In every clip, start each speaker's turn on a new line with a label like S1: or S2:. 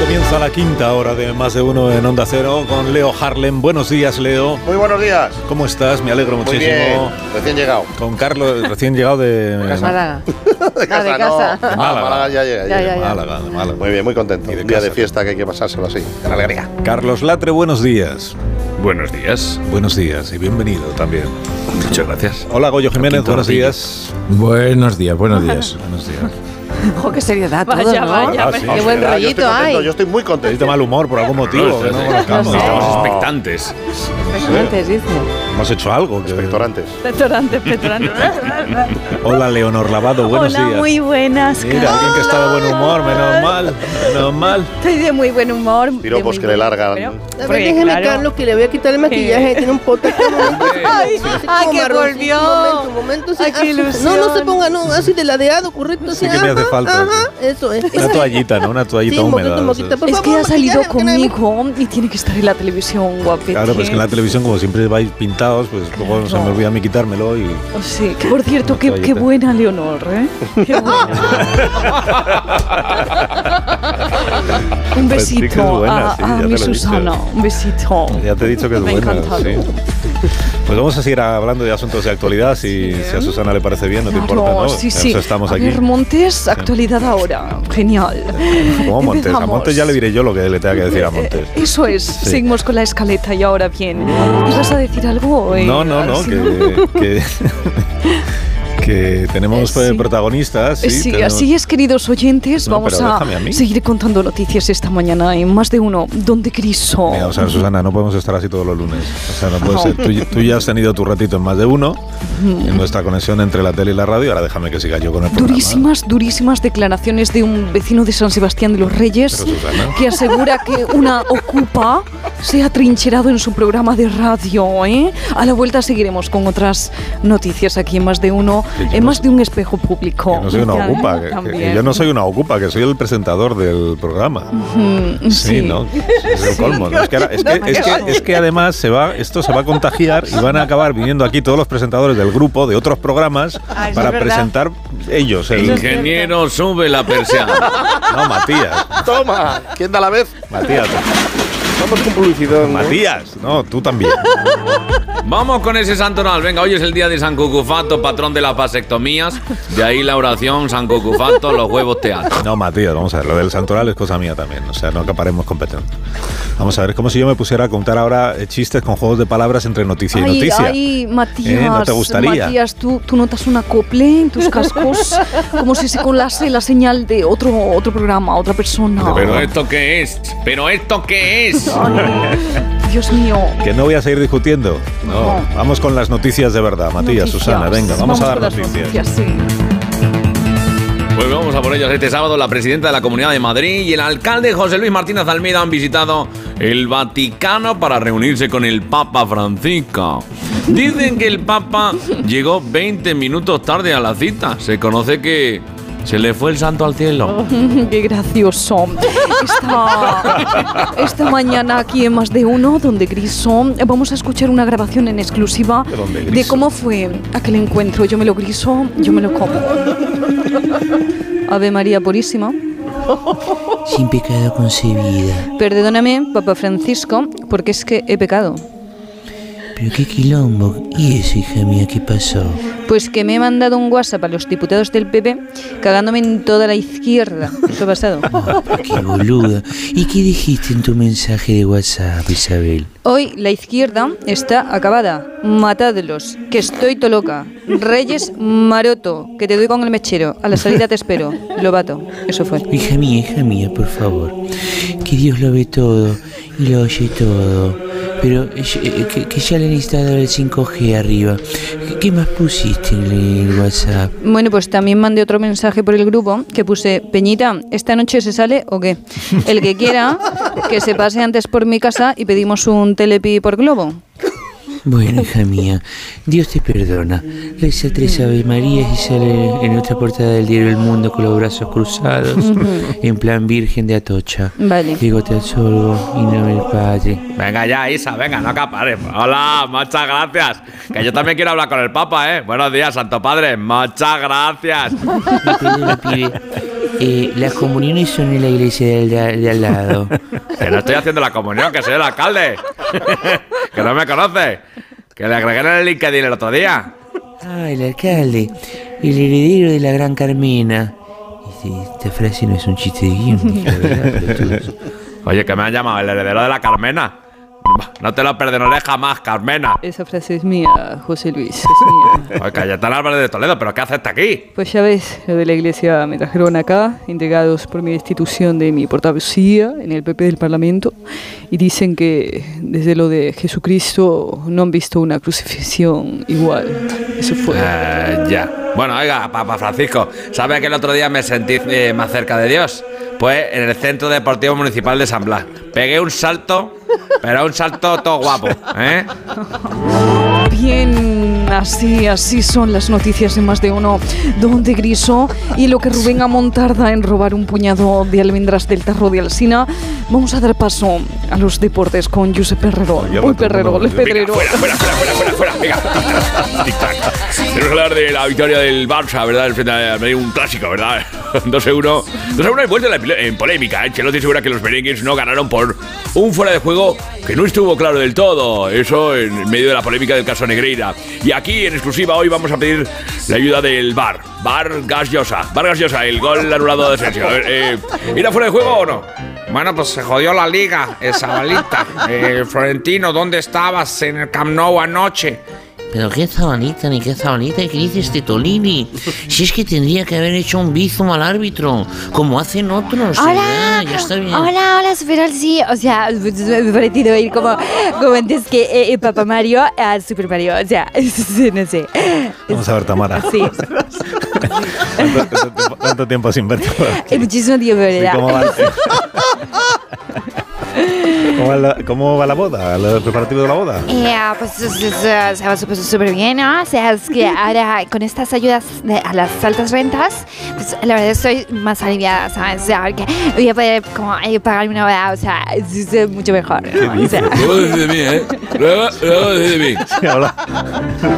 S1: comienza la quinta hora de Más de Uno en Onda Cero con Leo Harlem. Buenos días, Leo.
S2: Muy buenos días.
S1: ¿Cómo estás? Me alegro
S2: Muy
S1: muchísimo.
S2: bien, recién llegado.
S1: Con Carlos, recién llegado de,
S3: Málaga.
S2: De
S3: Ah, de casa.
S2: no. Ah,
S1: Málaga.
S2: Málaga ya llega.
S3: Ya,
S2: llega.
S3: ya, ya.
S1: Málaga, de Málaga.
S2: Muy bien, muy contento.
S1: Y de
S2: Un día
S1: casa.
S2: de fiesta que hay que pasárselo así, con alegría.
S1: Carlos Latre, buenos días.
S4: Buenos días.
S1: Buenos días y bienvenido también.
S4: Muchas gracias.
S1: Hola, Goyo Jiménez,
S4: Quinto
S1: buenos
S4: rodillo.
S1: días.
S5: Buenos días, buenos días.
S1: Buenos días.
S3: Ojo, qué seriedad todo,
S6: Vaya,
S3: ¿no?
S6: vaya,
S1: Ah,
S6: vaya.
S1: sí.
S3: Qué buen
S2: Ah, yo estoy
S3: rollito
S2: contento,
S3: hay.
S2: Yo estoy muy
S1: Tenéis de
S2: contento.
S1: mal humor por algún motivo. que no conozcamos.
S4: Estamos
S1: No,
S4: expectantes.
S3: Expectantes, dice.
S1: Hemos hecho algo. que-
S2: Restaurantes.
S6: Restaurante, restaurante.
S1: Hola, Leonor Lavado, buenos
S6: Hola,
S1: días.
S6: muy buenas.
S1: Mira, alguien que está de buen humor, menos
S6: Carlos.
S1: mal, menos mal.
S6: Estoy de muy buen humor. de
S2: Piropos
S6: muy
S2: que le
S6: buen-
S2: largan.
S6: Pero-
S7: A ver,
S6: Porque,
S7: déjeme,
S6: claro. eh,
S7: Carlos, que le voy a quitar el maquillaje. Tiene un pote como
S6: Ay, ah, que volvió.
S7: Un momento, un momento. sí.
S6: Ay, qué
S7: Ah, sí. No, no se
S6: ilusión.
S7: ponga, no. Así de ladeado, correcto. Así,
S1: Sí que me hace
S7: ajá,
S1: falta,
S7: Ajá, eso es.
S1: Una toallita, ¿no? Una toallita
S7: Sí, un
S1: húmeda.
S7: moquito, un moquito. Por
S6: Es
S7: favor,
S6: que ha salido
S7: maquillaje, que no hay-
S6: conmigo y tiene que estar en la televisión, guapete.
S1: Claro, pero es que en la televisión, como siempre vais pintados, pues luego se me olvida a mí quitármelo y.
S6: Oh, sí. que Por cierto,
S1: Una
S6: qué,
S1: toallita.
S6: qué buena Leonor, ¿eh? Qué buena. Un
S1: Pues sí que es
S6: besito
S1: buena,
S6: a,
S1: sí,
S6: a
S1: ya te lo he
S6: mi
S1: dicho.
S6: Susana. Un besito.
S1: Ya te he dicho que es
S6: Me ha
S1: bueno.
S6: encantado.
S1: sí. Pues vamos a seguir hablando de asuntos de actualidad, si, si a Susana le parece bien, no te
S6: ¿eh? Claro,
S1: importa, ¿no?
S6: sí,
S1: Para
S6: sí.
S1: Eso estamos
S6: A
S1: aquí.
S6: ver, Montes, actualidad ahora. Genial.
S1: ¿Cómo Montes? A
S6: Empezamos.
S1: Montes ya le diré yo lo que le tenga que decir a Montes.
S6: Eh, Eso es, seguimos con la escaleta y ahora bien. ¿Nos vas a decir algo? eh?
S1: No, no,
S6: Ah,
S1: no,
S6: sí.
S1: que. que que tenemos
S6: Eh,
S1: eh,
S6: sí.
S1: protagonistas. Sí,
S6: Eh, Sí,
S1: tenemos-
S6: así es, queridos oyentes,
S1: No,
S6: vamos
S1: pero
S6: a,
S1: déjame a mí.
S6: seguir contando noticias esta mañana en más de uno. ¿Dónde Criso?
S1: Mira, o sea, Susana, no podemos estar así todos los lunes. O sea, no puede ser. Tú, tú ya has tenido tu ratito en más de uno, en nuestra conexión entre la tele y la radio. Ahora déjame que siga yo con el programa.
S6: Durísimas, durísimas declaraciones de un vecino de San Sebastián de los Reyes
S1: Pero, Susana.
S6: que asegura que una ocupa se ha trincherado en su programa de radio. ¿eh? A la vuelta seguiremos con otras noticias aquí en más de uno,
S1: Que yo
S6: en
S1: no
S6: más
S1: sé-
S6: de un espejo público.
S1: Que no soy una
S6: Ya,
S1: ocupa, que- que- que
S6: también.
S1: yo no soy una ocupa, que soy el presentador del programa.
S6: Mm,
S1: Sí, ¿no? Es el colmo, ¿no? Es que, ahora- es que- es que- es que además se va, esto se va a contagiar y van a acabar viniendo aquí todos los presentadores del grupo, de otros programas, para presentar ellos. el-
S4: Ingeniero, sube la persiana.
S1: no, Matías.
S2: Toma, ¿quién da la vez?
S1: Matías.
S2: Vamos con publicidad. ¿no?
S1: Matías. No, tú también.
S4: Vamos con ese santoral. Venga, hoy es el día de San Cucufato, patrón de las vasectomías. De ahí la oración, San Cucufato, los huevos teatro.
S1: No, Matías, vamos a ver, lo del santoral es cosa mía también, o sea, no acaparemos competencia. Vamos a ver, es como si yo me pusiera a contar ahora eh, chistes con juegos de palabras entre noticia y
S6: ay,
S1: noticia.
S6: ay, Matías,
S1: Eh, ¿No te gustaría?
S6: Matías, tú, tú notas una acople en tus cascos como si se colase la señal de otro, otro programa, otra persona.
S1: De
S4: ¿Pero
S1: verdad.
S4: esto qué es? ¿Pero esto qué es?
S6: Dios mío.
S1: Que no voy a seguir discutiendo. No,
S6: No.
S1: vamos con las noticias de verdad, Matías,
S6: Noticias.
S1: Susana, venga, vamos, a dar
S6: con las
S1: noticias.
S6: sí.
S4: Pues vamos a por ellos. Este sábado la presidenta de la Comunidad de Madrid y el alcalde José Luis Martínez Almeida han visitado el Vaticano para reunirse con el Papa Francisco. Dicen que el Papa llegó 20 minutos tarde a la cita. Se conoce que se le fue el santo al
S6: Oh.
S4: cielo.
S6: Qué gracioso. Esta, esta mañana aquí en Más de Uno, donde Griso, vamos a escuchar una grabación en exclusiva
S1: ¿De dónde, Griso?
S6: de cómo fue aquel encuentro. Yo me lo griso, yo me lo como. Ave María Purísima.
S8: sin pecado concebida.
S6: Perdóname, Papa Francisco, porque es que he pecado.
S8: Pero qué quilombo. ¿Y eso, hija mía, qué pasó?
S6: Pues que me he mandado un WhatsApp a los diputados del PP cagándome en toda la izquierda. Eso ha pasado.
S8: Ah, pero qué boluda. ¿Y qué dijiste en tu mensaje de WhatsApp, Isabel?
S6: Hoy la izquierda está acabada. Matadlos, que estoy toloca. Reyes Maroto, que te doy con el mechero. A la salida te espero. Lobato. Eso fue.
S8: Hija mía, hija mía, por favor. Que Dios lo ve todo y lo oye todo. Pero eh, eh, que, que ya le han instalado el 5G arriba. ¿Qué, qué más pusiste en el WhatsApp?
S6: Bueno, pues también mandé otro mensaje por el grupo que puse, Peñita, ¿esta noche se sale o qué? El que quiera, que se pase antes por mi casa y pedimos un telepi por globo.
S8: Bueno, hija mía, Dios te perdona. Reza tres Ave Marías y sale en otra portada del diario El Mundo con los brazos cruzados, en plan Virgen de Atocha.
S6: Vale.
S8: Digo, te absolvo y no el Padre.
S4: Venga ya, Isa, venga, no acapares. Hola, muchas gracias. Que yo también quiero hablar con el Papa, ¿eh? Buenos días, Santo Padre. Muchas gracias.
S8: Me perdona, pibe. Eh, las comuniones son en la iglesia de, al- de al lado.
S4: Que no estoy haciendo la comunión, que soy el alcalde. que no me conoce. Que le agregué en el LinkedIn el otro día.
S8: Ah, el alcalde, el heredero de la gran Carmena. Este- Esta frase no es un chiste de guión, la verdad, pelotudo.
S4: Oye, que me han llamado el heredero de la Carmena. No te lo perdonaré jamás, Carmena.
S6: Esa frase es mía, José Luis, es mía.
S4: Oye, Cayetán Álvarez de Toledo, ¿pero qué haces hasta aquí?
S6: Pues ya ves, lo de la iglesia me trajeron acá, integrados por mi destitución de mi portavocía en el PP del Parlamento, y dicen que desde lo de Jesucristo no han visto una crucifixión igual. Eso fue.
S8: Ah,
S4: Eh, ya. Bueno, oiga, Papa Francisco, ¿sabe que el otro día me sentí eh, más cerca de Dios? Pues en el Centro Deportivo Municipal de San Blas. Pegué un salto, pero un salto todo guapo, ¿eh?
S6: Bien, así, así son las noticias de más de uno. Donde Griso y lo que Rubén Amón tarda en robar un puñado de almendras del tarro de Alsina. Vamos a dar paso a los deportes con Josep Herrero.
S1: Oye,
S6: Uy,
S1: rato,
S6: Perrero,
S1: no,
S6: el Pedrero.
S4: Fuera, fuera, fuera, fuera, fuera, fuera. Venga. Tic-tac. Tenemos que hablar de la victoria del Barça, ¿verdad? El frente al Madrid, un clásico, ¿verdad? 2-1. 2-1 y vuelta en, la pile- en polémica, ¿eh? Chelotti asegura que los merengues no ganaron por un fuera de juego que no estuvo claro del todo. Eso en medio de la polémica del caso Negreira. Y aquí, en exclusiva, hoy vamos a pedir la ayuda del VAR. VAR Gasllosa. VAR Gasllosa, el gol anulado de Sergio. Eh, eh, ¿Era fuera de juego o no? Bueno, pues se jodió la liga, esa balita. Florentino, ¿dónde estabas en el Camp Nou anoche?
S8: Pero qué sabanita, ni qué sabanita, ¿qué dices este Tolini? Si es que tendría que haber hecho un bizum al árbitro, como hacen otros.
S9: Hola,
S8: ya, ya está bien.
S9: hola, hola, Super sí. O sea, me he parecido ir como, como antes que eh, eh, Papá Mario a Super Mario. O sea, no sé.
S1: Vamos a ver, Tamara.
S9: Sí,
S1: ¿Cuánto, cuánto tiempo- cuánto tiempo sin verte por aquí?
S9: eh, muchísimo tiempo,
S1: ¿Y
S9: ¿verdad?
S1: ¿Cómo va, ¿Cómo va la, cómo va la boda? ¿El preparativo de la boda?
S9: Eh, ah, pues es- es, eh, se va súper súper bien, ¿no? O sea, es que ahora ah, con estas ayudas de- a las altas rentas, pues la verdad estoy más aliviada, ¿sabes? O sea, porque voy a poder como, eh, pagarme una boda, o sea, es, es, eh, mucho mejor. ¿no? O sea,
S4: Luego decís de mí, ¿eh? Luego, luego decís de mí.
S1: Hola.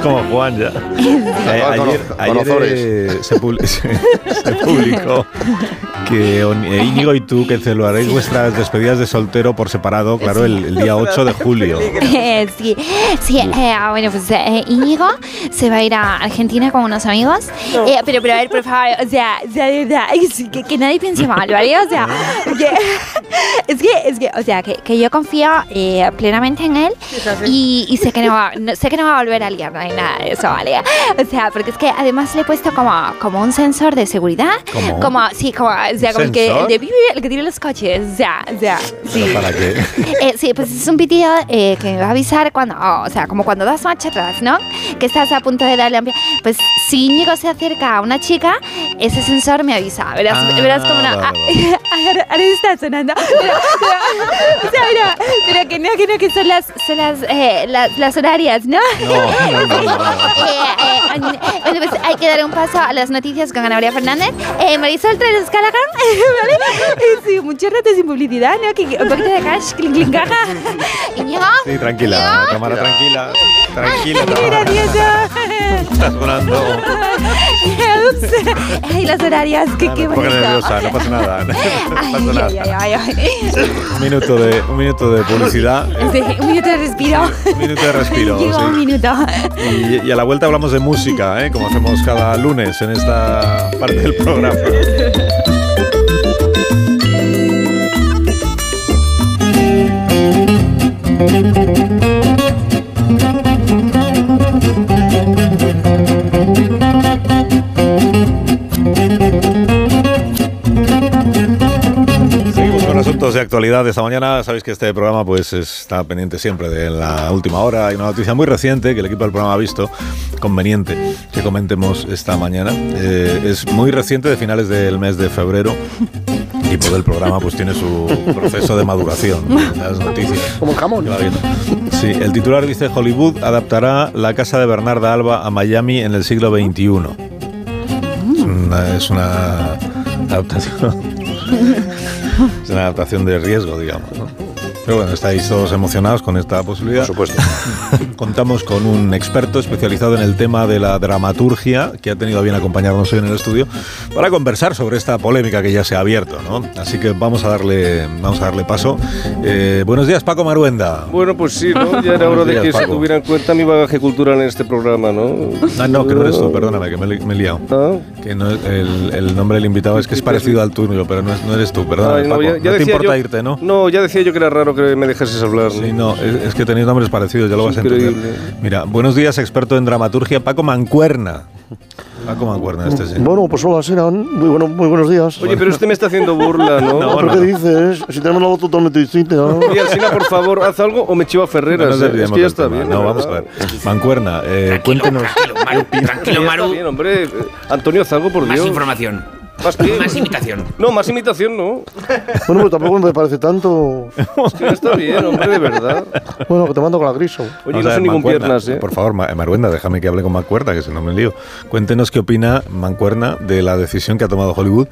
S1: Como Juan ya. Eh,
S2: Con-
S1: ayer
S2: con- con
S1: ayer,
S2: Ozores.
S1: eh, se, pul- se- se publicó que On- eh, Íñigo y tú que celebraréis vuestras despedidas de soltero por separado, claro, el, el día 8 de julio.
S9: Eh, sí, sí, eh, ah, bueno, pues eh, Íñigo se va a ir a Argentina con unos amigos. Eh, pero, pero a ver, por favor, o sea, o sea, de verdad, es que, que nadie piense mal, ¿vale? O sea,
S1: Ah.
S9: que- es, que, es que, o sea, que, que yo confío eh, plenamente en él y, y sé, que no va, no- sé que no va a volver a liar, no hay nada de eso, ¿vale? O sea, porque es que además le he puesto como, como un sensor de seguridad.
S1: ¿Cómo?
S9: Como, sí, como, o sea,
S1: ¿Un
S9: como el que,
S1: sensor?
S9: el de pipi, el que tiene los coches, o sea, o sea, sí.
S1: ¿Para qué?
S9: Eh, sí, pues es un pitido eh, que me va a avisar cuando, oh, o sea, como cuando das marcha atrás, ¿no? Que estás a punto de darle a un pie. Pues si Íñigo se acerca a una chica, ese sensor me avisa. Verás,
S1: Ah,
S9: verás como una.
S1: vale,
S9: ah, ahora, ahora está sonando. Pero, pero- o sea, pero, pero que no, que no, que son las, son las, eh, las, las horarias, ¿no?
S1: No, no, no, no, no.
S9: Eh, eh, bueno, pues hay que dar un paso a las noticias con Ana María Fernández. Eh, Marisol Tres Calagán, ¿vale? Eh, sí, mucho rato sin publicidad, ¿no? Que, que un poquito de cash, clink, clink, caja. Y yo,
S1: Sí, tranquila, cámara tranquila. Tranquila,
S9: mira,
S1: Tamara. Está sonando.
S9: Dios. Ay, las horarias, que qué
S1: No te pongas
S9: bonito.
S1: nerviosa, no pasa nada. No pasa
S9: Ay, ay,
S1: nada.
S9: ay, ay,
S1: Un minuto de, un minuto de publicidad,
S9: ay. Sí, un minuto de respiro.
S1: un minuto de respiro.
S9: Digo,
S1: sí.
S9: un minuto.
S1: Y, y a la vuelta hablamos de música, ¿eh? como hacemos cada lunes en esta parte del programa. Seguimos con asuntos de actualidad de esta mañana. Sabéis que este programa pues está pendiente siempre de la última hora. Hay una noticia muy reciente que el equipo del programa ha visto conveniente que comentemos esta mañana. Eh, es muy reciente de finales del mes de febrero. equipo del programa pues tiene su proceso de maduración. Las noticias.
S2: Como un jamón.
S1: Va bien. Sí, el titular dice Hollywood adaptará la casa de Bernarda Alba a Miami en el siglo XXI. Es una, es una adaptación. Es una adaptación de riesgo, digamos. ¿no? Pero bueno, estáis todos emocionados con esta posibilidad.
S2: Por supuesto.
S1: Contamos con un experto especializado en el tema de la dramaturgia que ha tenido a bien acompañarnos hoy en el estudio para conversar sobre esta polémica que ya se ha abierto, ¿no? Así que vamos a darle, vamos a darle paso. Eh, buenos días, Paco Maruenda.
S10: Bueno, pues sí, ¿no? Ya era hora
S1: Buenos
S10: de
S1: días,
S10: que se
S1: Paco.
S10: tuviera en cuenta mi bagaje cultural en este programa, ¿no?
S1: Ah, no, que no eres tú, perdóname, que me, li- me he liado.
S10: Ah.
S1: Que no, el, el nombre del invitado es que es parecido al tuyo, pero no, es- no eres tú, perdóname,
S10: Ay,
S1: Paco.
S10: ya- ya
S1: no te
S10: decía
S1: importa
S10: yo-
S1: irte, ¿no?
S10: No, ya decía yo que era raro que me dejases hablar. ¿no?
S1: Sí, no, es, es que tenéis nombres parecidos, ya lo vas a entender.
S10: Increíble.
S1: Mira, buenos días, experto en dramaturgia, Paco Mancuerna. Paco Mancuerna, este sí.
S11: Bueno, pues hola, serán. Muy, bueno, muy buenos días.
S10: Oye, pero este me está haciendo burla, ¿no?
S1: No,
S11: ¿Pero
S1: bueno,
S11: qué
S1: no.
S11: dices? Si tenemos la voz totalmente distinta. ¿no?
S10: Oye, Alsina, por favor, haz algo o me chiva
S1: No
S10: Ferreras.
S1: nos
S10: ¿eh? Es
S1: desviemos
S10: que ya
S1: del
S10: está
S1: tema.
S10: bien.
S1: No,
S10: la
S1: vamos a
S10: verdad.
S1: ver. Mancuerna, eh,
S8: Tranquilo,
S1: cuéntanos.
S8: tranquilo, Maru. Tranquilo,
S10: Ya está
S8: Maru.
S10: bien, hombre. Eh, Antonio, haz algo, por
S8: Más
S10: Dios.
S8: información.
S10: Más qué?
S8: Más imitación.
S10: No, más imitación, ¿no?
S11: Bueno, pues tampoco me parece tanto.
S10: Es que ya está bien, hombre, de verdad.
S11: Bueno, que te mando con la griso.
S10: Oye,
S1: Vamos
S10: no
S1: a
S10: son
S1: ver,
S10: ningún
S1: Mancuerna,
S10: piernas, ¿eh?
S1: Por favor, Ma- Maruenda, déjame que hable con Mancuerna, que si no me lío. Cuéntenos qué opina Mancuerna de la decisión que ha tomado Hollywood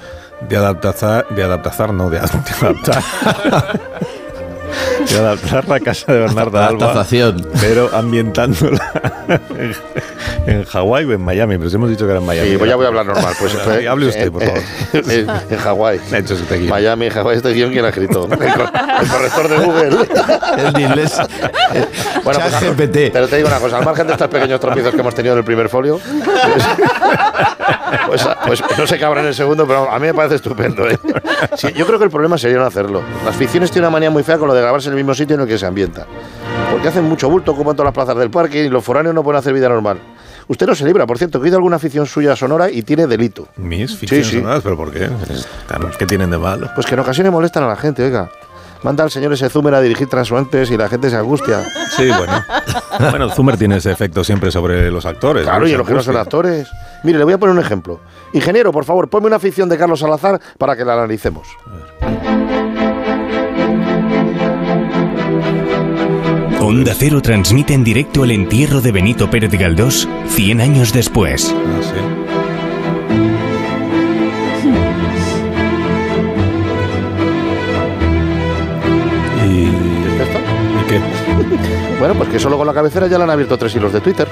S1: de adaptazar, de adaptazar, no, de, ad- de adaptar. de adaptar la casa de Bernarda Alba,
S5: Adaptación.
S1: pero ambientándola en, en Hawái o en Miami, pero si hemos dicho que era en Miami.
S2: Sí, pues ya voy a hablar normal. Pues,
S1: Bueno,
S2: eh,
S1: hable usted,
S2: eh,
S1: por favor.
S2: eh, en Hawái.
S1: Ha hecho este guión.
S2: Miami, Hawái, este guión, ¿quién ha escrito? El, cor- el corrector de Google.
S5: El de inglés.
S2: Bueno, pues,
S5: ChatGPT.
S2: Pero te digo una cosa, al margen de estos pequeños tropiezos que hemos tenido en el primer folio, pues, pues- pues no sé qué habrá en el segundo, pero a mí me parece estupendo. ¿eh? Sí, yo creo que el problema sería no hacerlo. Las ficciones tienen una manía muy fea con lo de grabarse en el mismo sitio en el que se ambienta. Porque hacen mucho bulto, ocupan todas las plazas del parque y los foráneos no pueden hacer vida normal. Usted no se libra, por cierto, que he ido a alguna afición suya a sonora y tiene delito.
S1: Mis ficciones
S2: sí.
S1: sonoras, pero ¿por qué? Están- ¿Qué tienen de malo?
S11: Pues que en ocasiones molestan a la gente, oiga. Manda al señor ese Zumer a dirigir transuantes y la gente se angustia.
S1: Sí, bueno. Bueno, Zumer tiene ese efecto siempre sobre los actores.
S2: Claro, y
S1: Se
S2: los que no son
S1: angustia.
S2: actores. Mire, le voy a poner un ejemplo. Ingeniero, por favor, ponme una afición de Carlos Salazar para que la analicemos.
S12: Onda Cero transmite en directo el entierro de Benito Pérez Galdós 100 años después.
S1: Ah, sí. ¿Y, ¿y qué?
S2: Bueno, pues que solo con la cabecera ya le han abierto tres hilos de Twitter.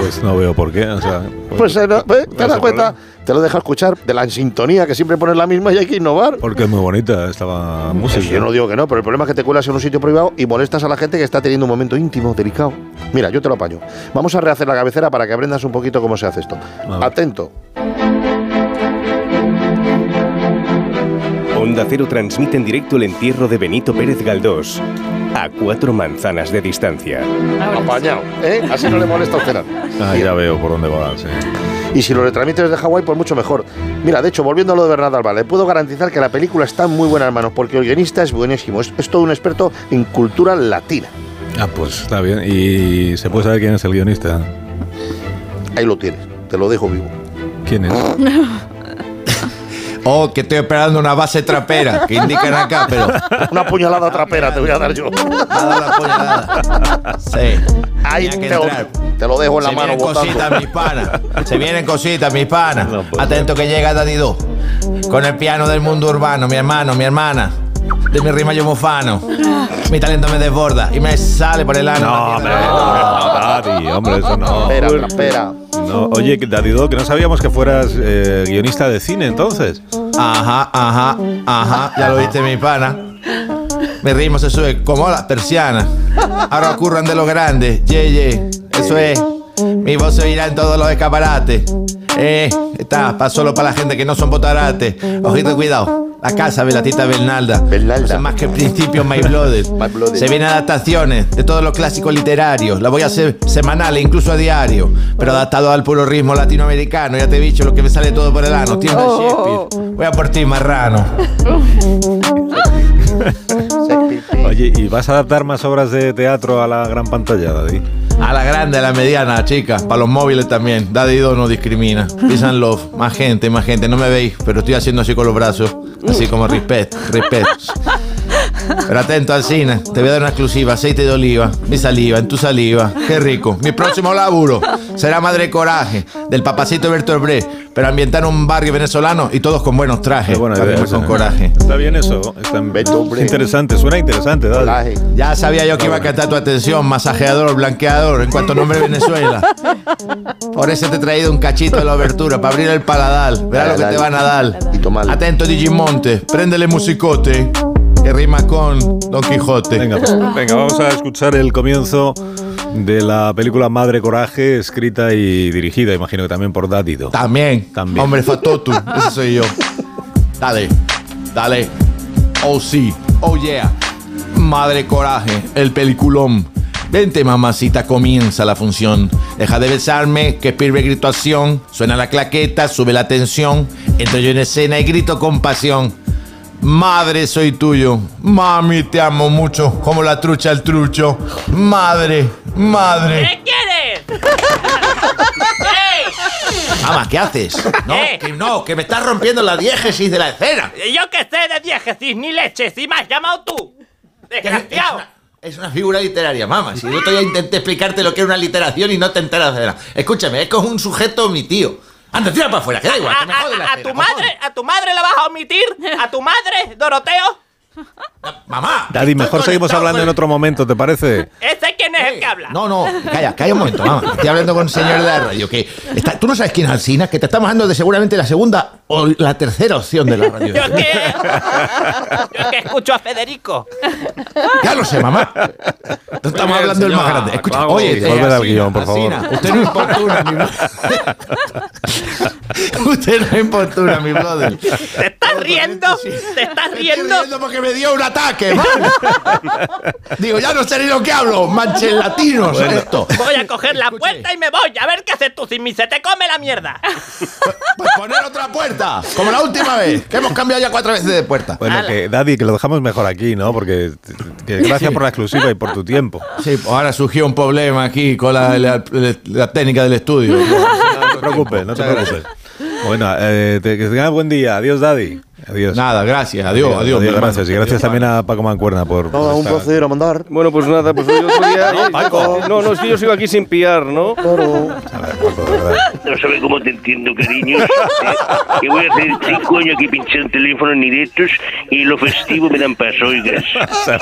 S1: Pues no veo por qué. O sea,
S2: Pues eh, no, eh, te
S1: es
S2: das
S1: el
S2: cuenta, te lo deja escuchar de la sintonía que siempre pones la misma y hay que innovar.
S1: porque es muy bonita esta música.
S2: Pues yo no digo que no, pero el problema es que te cuelas en un sitio privado y molestas a la gente que está teniendo un momento íntimo, delicado. Mira, yo te lo apaño. Vamos a rehacer la cabecera para que aprendas un poquito cómo se hace esto.
S1: ver.
S2: Atento.
S12: Onda Cero transmite en directo el entierro de Benito Pérez Galdós a cuatro manzanas de distancia.
S2: Apañado, ¿eh? Así no le molesta a usted nada.
S1: Ah, ya veo por dónde va. sí.
S2: Y si lo retransmites desde Hawái, pues mucho mejor. Mira, de hecho, volviendo a lo de Bernardo Alba, le puedo garantizar que la película está en muy buenas manos, porque el guionista es buenísimo. Es, es todo un experto en cultura latina.
S1: Ah, pues está bien. ¿Y se puede saber quién es el guionista?
S2: Ahí lo tienes, te lo dejo vivo.
S1: ¿Quién es?
S5: Oh, que estoy esperando una base trapera que indican acá, pero.
S2: Una puñalada trapera te voy a dar yo.
S5: Nada, la puñalada. Sí.
S2: Ahí
S5: Tenía que
S2: te lo,
S5: entrar.
S2: te lo dejo en la
S5: Se
S2: mano
S5: vienen
S2: botando.
S5: cositas, mis panas. Se vienen cositas, mis panas.
S1: No
S2: pues,
S1: puede
S5: Atento que llega Daddy Do. Con el piano del mundo urbano, mi hermano, mi hermana. De mi rima yo mofano. Mi talento me desborda y me sale por el ano.
S1: ah, No, hombre, no, Daddy, hombre, eso no.
S2: Trapera, trapera.
S1: No, oye, que Daddy Do, que no sabíamos que fueras eh, guionista de cine entonces.
S5: Ajá, Ah, ajá, ajá. Ah, Ya lo viste, mi pana. Mi ritmo se sube como las persianas. Ahora ocurran de lo grande. Yeah, yeah. Eso es. Mi voz se oirá en todos los escaparates. Eh, está, pa' solo para la gente que no son botarates. Ojito, cuidado. La casa de la tita Bernalda.
S2: Bernalda.
S5: No sé más que el principio My Blooded.
S2: My Blooded.
S5: Se vienen adaptaciones de todos los clásicos literarios. La voy a hacer semanal e incluso a diario. Pero adaptado al puro ritmo latinoamericano. Ya te he dicho lo que me sale todo por el ano. Tío de Shakespeare. Voy a por ti, marrano.
S1: Oye, ¿y vas a adaptar más obras de teatro a la gran pantalla, Daddy?
S5: A la grande, a la mediana, chicas. Para los móviles también. Daddy Do no discrimina. Peace and love. Más gente, más gente. No me veis, pero estoy haciendo así con los brazos. Así como respect, respect. Pero atento, Alcina. Te voy a dar una exclusiva. Aceite de oliva. Mi saliva, en tu saliva. Qué rico. Mi próximo laburo será Madre Coraje, del papacito Bertolt Brecht. Pero ambientar un barrio venezolano y todos con buenos trajes.
S1: Buena idea,
S5: Cambiemos
S1: esa.
S5: con coraje.
S1: Está bien eso. ¿eh? Está interesante, suena interesante. dale.
S5: Ya sabía yo que iba a captar tu atención, masajeador, blanqueador, en cuanto nombre Venezuela. Por eso te he traído un cachito de la obertura, para abrir el paladar. Verás lo que te van a dar.
S2: Y tomar.
S5: Atento, Digimonte, préndele musicote, que rima con Don Quijote.
S1: Venga, pues, venga, vamos a escuchar el comienzo de la película Madre Coraje, escrita y dirigida, imagino que también por Dádido.
S5: También.
S1: También.
S5: Hombre, Fatotu, ese soy yo. Dale, dale. Oh sí, oh yeah. Madre coraje, el peliculón. Vente, mamacita, comienza la función. Deja de besarme, que pirve grito acción. Suena la claqueta, sube la tensión. Entro yo en escena y grito con pasión. Madre, soy tuyo. Mami, te amo mucho, como la trucha al trucho. Madre, madre.
S13: quieres?
S5: Mamá, ¿qué haces? No, que, no, que me estás rompiendo la diégesis de la escena.
S13: Eh. Yo que sé de diégesis ni leches y me has llamado tú. Desgraciado.
S5: Es una figura literaria, mamá. Si yo todavía intenté explicarte lo que era una literación y no te enteras de nada. Escúchame, es que es un sujeto omnitido. Anda, tira para afuera, que da igual, que me jode la
S13: A
S5: escena.
S13: tu madre, a tu madre la vas a omitir. A tu madre, Doroteo.
S5: Mamá.
S1: Daddy, mejor seguimos hablando en otro momento, ¿te parece?
S13: ¿Ese quién es el que habla?
S5: No, no, calla, calla un momento, mamá. Estoy hablando con el señor de la radio. Que está- tú no sabes quién es Alcina, que te estamos dando de seguramente la segunda o la tercera opción de la radio.
S13: Yo que, yo que escucho a Federico.
S5: Ya lo sé, mamá. No estamos hablando del más
S1: señora,
S5: grande. Escucha,
S1: vamos,
S5: oye, eh,
S1: volver al
S5: Alsina,
S1: guión, por favor.
S5: Alsina, Usted no importuna, mi brother. Usted no importuna, mi brother.
S13: ¿Te estás riendo? ¿Te estás riendo?
S5: porque me dio un ataque, Digo, ya no sé ni lo que hablo. Manches latinos,
S1: Bueno.
S5: esto.
S13: Voy a coger la puerta y me voy. A ver qué haces tú sin mí. Se te come la mierda.
S5: Pues poner otra puerta, como la última vez, que hemos cambiado ya cuatro veces de puerta.
S1: Bueno, que Daddy, que lo dejamos mejor aquí, ¿no? Porque que gracias por la exclusiva y por tu tiempo.
S5: Sí, pues ahora surgió un problema aquí con la, la- la- la técnica del estudio.
S1: No te preocupes, no te preocupes. Bueno, eh, te- que tengas buen día. Adiós, Daddy. Adiós.
S5: Nada, gracias. Adiós, adiós, mi hermano.
S1: gracias. Y gracias también a Paco Mancuerna por. por
S2: Todo un
S1: estar-
S2: procedero a mandar.
S10: Bueno, pues nada, pues yo otro día- No, no, es que yo sigo aquí sin pillar, ¿no?
S14: No sabes cómo te entiendo, cariño. Eh, que voy a hacer cinco años que pinché en teléfonos ni de estos y los festivos me dan paso, oigas.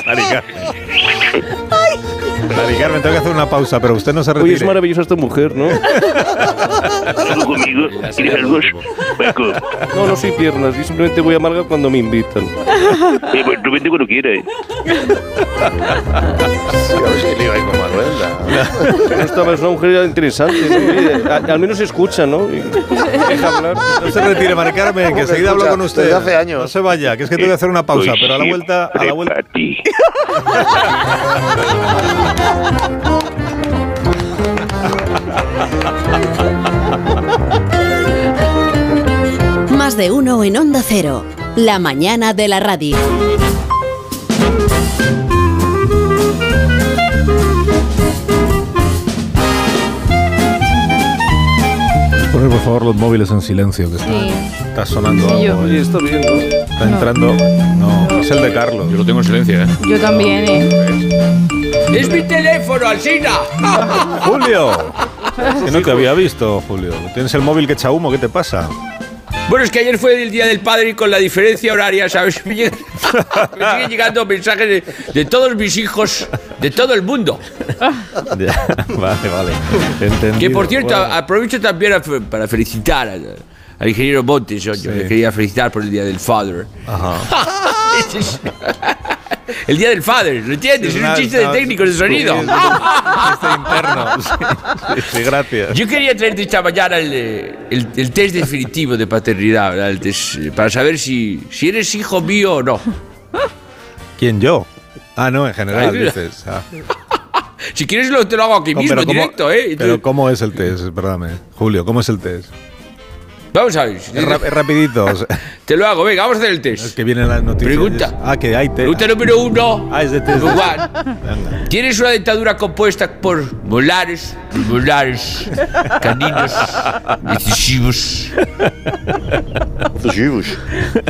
S1: Mari Carmen, tengo que hacer una pausa, pero usted no se
S10: Oye,
S1: retire.
S10: es maravillosa esta mujer, ¿no?
S14: ¿Tú conmigo? ¿Quieres algo? Paco.
S10: No, no soy piernas, yo simplemente voy a Marga cuando me invitan.
S14: Eh, pues tú vente cuando quieras. eh.
S10: No estaba, es una mujer interesante. ¿no? Oye, a- al menos se escucha, ¿no? Y- deja hablar.
S1: No se retire, Mari Carmen, que enseguida hablo con usted. No se vaya, que es que tengo que hacer una pausa, pero a la vuelta. A la vuelta.
S15: Más de uno en Onda Cero. La mañana de la radio.
S1: Poner, por favor, los móviles en silencio, que está, está sonando
S6: Sí, yo.
S1: algo.
S10: Oye, está bien, ¿no?
S1: Está entrando. No, es el de Carlos. Yo lo tengo en silencio, ¿eh?
S6: Yo también,
S13: ¡Es mi teléfono, Alcina!
S1: ¡Julio! Es que no te había visto, Julio. Tienes el móvil que echa humo, ¿qué te pasa?
S13: Bueno, es que ayer fue el día del padre y con la diferencia horaria, ¿sabes? Me, llega- me siguen llegando mensajes de, de todos mis hijos, de todo el mundo.
S1: Ya, vale, vale. Entendido.
S13: Que por cierto,
S1: Bueno,
S13: aprovecho también a fe- para felicitar al, al ingeniero Montes. Yo, yo le quería felicitar por el día del father. el día del father, ¿lo entiendes?
S1: Sí,
S13: Es un
S1: nada,
S13: chiste de
S1: estaba-
S13: técnicos de sonido.
S1: Sí, interno. Sí, sí, gracias.
S13: Yo quería traerte esta mañana el, eh, el- el test definitivo de paternidad, ¿verdad? El test, eh, para saber si, si eres hijo mío o no.
S1: ¿Quién yo? Ah, no, en general,
S13: Ay, mira.
S1: dices. ah.
S13: Si quieres lo te lo hago aquí
S1: No,
S13: mismo,
S1: pero
S13: ¿eh? en
S1: ¿cómo-
S13: directo, ¿eh?
S1: Pero ¿cómo es el test? Perdóname. Julio, ¿cómo es el test?
S4: Vamos a ver.
S1: Es ra- es rapidito. o sea,
S4: Te lo hago, venga, vamos a hacer el test.
S1: es que vienen las noticias.
S4: Pregunta.
S1: Ah, que hay te.
S4: Pregunta número uno.
S1: Ah, es de test.
S4: Juan,
S1: Venga.
S4: ¿Tienes una dictadura compuesta por molares, molares, caninos, decisivos?
S2: Decisivos.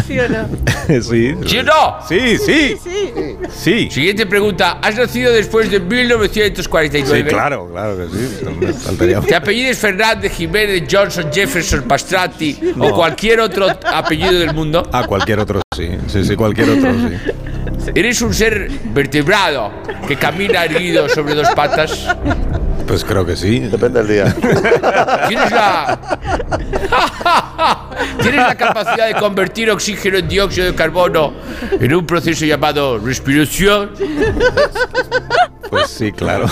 S13: ¿Sí o no?
S1: Sí.
S4: ¿Sí o no?
S1: Sí, sí.
S13: Sí.
S1: Sí.
S4: Siguiente pregunta. ¿Has nacido después de 1949?
S1: Sí, claro, claro que sí. Me faltaría-
S4: ¿Te apellides Fernández, Jiménez, Johnson, Jefferson, Pastrati o
S1: No.
S4: cualquier otro apellido del mundo?
S1: Ah, cualquier otro sí. Sí, sí, cualquier otro sí.
S4: ¿Eres un ser vertebrado que camina erguido sobre dos patas?
S1: Pues creo que sí.
S2: Depende del día.
S4: ¿Tienes la... ¿Tienes la capacidad de convertir oxígeno en dióxido de carbono en un proceso llamado respiración?
S1: Pues sí, claro.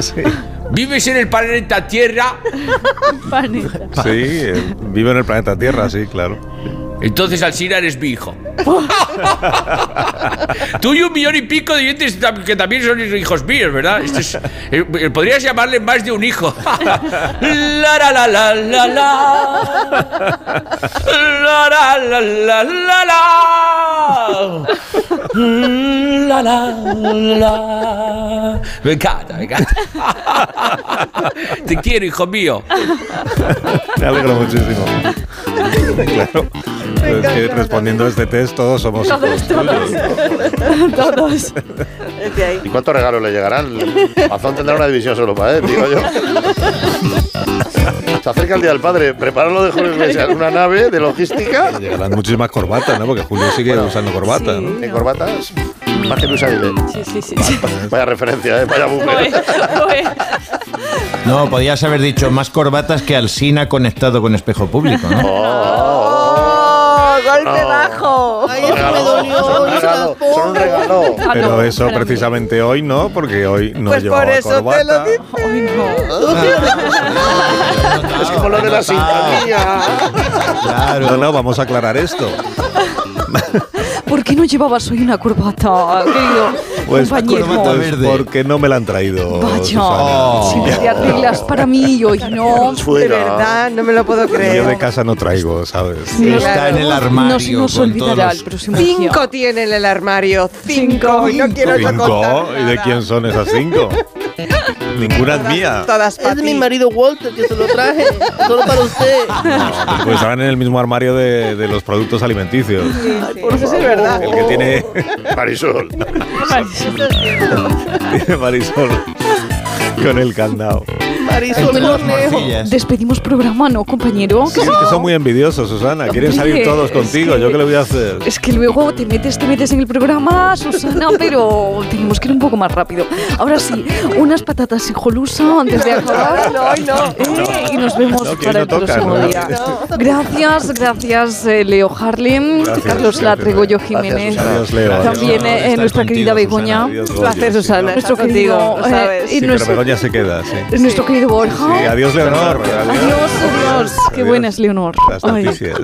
S1: Sí.
S4: ¿Vives en el planeta Tierra?
S6: Paneta.
S1: Sí, eh, vivo en el planeta Tierra, sí, claro.
S4: Entonces Alcina eres mi hijo. Tú y un millón y pico de dientes tam- que también son hijos míos, ¿verdad? Esto es- eh, eh, podrías llamarle más de un hijo. La, la, la, la, la, la. La, la, la, la, la, la. La, la, la. Me encanta, me encanta. Te quiero, hijo mío.
S1: Me alegro muchísimo. Claro. Es que
S13: encanta.
S1: respondiendo a este test, todos somos.
S13: Todos, todos. todos. Desde ahí.
S2: ¿Y cuántos regalos le llegarán? Mazón tendrá una división solo para él, digo yo. Se acerca el Día del Padre. Prepararlo de Julio Iglesias. Una nave de logística.
S1: Llegarán muchísimas corbatas, ¿no? Porque Julio sigue usando corbata. ¿no?
S2: ¿En corbatas? Más que Luis Aguilera.
S6: Sí, sí, sí.
S2: Vaya referencia, ¿eh? Vaya bucle.
S5: No, podías haber dicho más corbatas que Alsina conectado con espejo público, ¿no?
S16: ¡Oh! ¡Golpe
S5: No.
S16: bajo!
S13: Ay, eso me
S2: Son
S13: dolió.
S2: un regalo,
S13: hijo de
S2: son un regalo.
S13: Ah, no,
S1: Pero eso
S13: para mí.
S1: precisamente hoy no, porque hoy no
S13: Pues
S1: llevaba
S13: por eso te
S1: corbata.
S2: Es como lo de la sintonía.
S1: Claro. No, no, vamos a aclarar esto.
S6: ¿Por qué no llevabas hoy una corbata, querido
S1: Pues,
S6: compañero?
S1: pues porque no me la han traído.
S6: Vaya,
S1: Susana.
S6: si no
S1: pues,
S6: te arreglas para mí hoy, no.
S13: De
S1: Fuera.
S13: verdad, no me lo puedo
S1: Yo de
S13: creer.
S1: casa no traigo, ¿sabes?
S13: Sí, Está claro. en el
S1: pues,
S6: armario No se nos con olvidará todos los- el próximo día.
S13: Cinco tiene en el armario. Cinco. Y no quiero yo contar.
S1: ¿Cinco? ¿Y de quién son esas cinco? Ninguna es mía.
S13: Todas para Es mi marido Walter que se lo traje. Solo para usted.
S1: Pues estaban en el mismo armario de, de los productos alimenticios.
S13: Por eso es verdad.
S1: El que tiene.
S2: Marisol.
S6: Oh.
S1: Tiene Marisol. Con el candado.
S13: Marisol Cornejo.
S6: Despedimos programa, ¿no, compañero?
S1: Sí, es que son muy envidiosos, Susana. Quieren salir
S6: Hombre,
S1: todos
S6: es
S1: contigo.
S6: que-
S1: ¿Yo qué le voy a hacer?
S6: Es que luego te metes, te metes en el programa, Susana, pero tenemos que ir un poco más rápido. Ahora sí, unas patatas sin jolusa antes de acabar.
S13: No, hoy no.
S6: Eh, y nos vemos
S1: No, que
S6: para
S1: hoy
S6: el
S1: no toca,
S6: próximo
S1: ¿no?
S6: día. Gracias, gracias eh, Leo Harlem,
S1: Gracias,
S6: Carlos
S1: gracias,
S6: Latrego,
S1: Leo.
S6: Jiménez,
S1: Gracias, Adiós, Leo.
S6: también
S1: Adiós.
S6: eh,
S1: Estar
S6: nuestra querida
S1: contigo,
S6: Begoña,
S1: Susana. Adiós,
S13: Un placer,
S1: Goyo. Sí,
S13: Susana.
S6: nuestro
S13: Nuestro
S6: querido,
S13: contigo, lo
S6: eh,
S13: sabes.
S6: y
S1: Sí, pero
S6: nuestro,
S1: Begoña se queda, sí.
S6: nuestro querido Borja.
S1: Sí, adiós, Leonor.
S6: Adiós, adiós. Qué buena es Leonor.
S1: Las
S6: Ay.
S1: noticias.